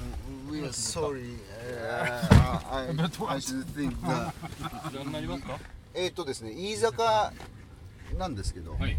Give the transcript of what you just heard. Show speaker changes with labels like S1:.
S1: I'm
S2: ですね
S1: sorry. Uh, I, I should think that.
S3: こちらになりますか
S1: えっ、とですね、飯坂なんですけど、
S3: はい
S1: はい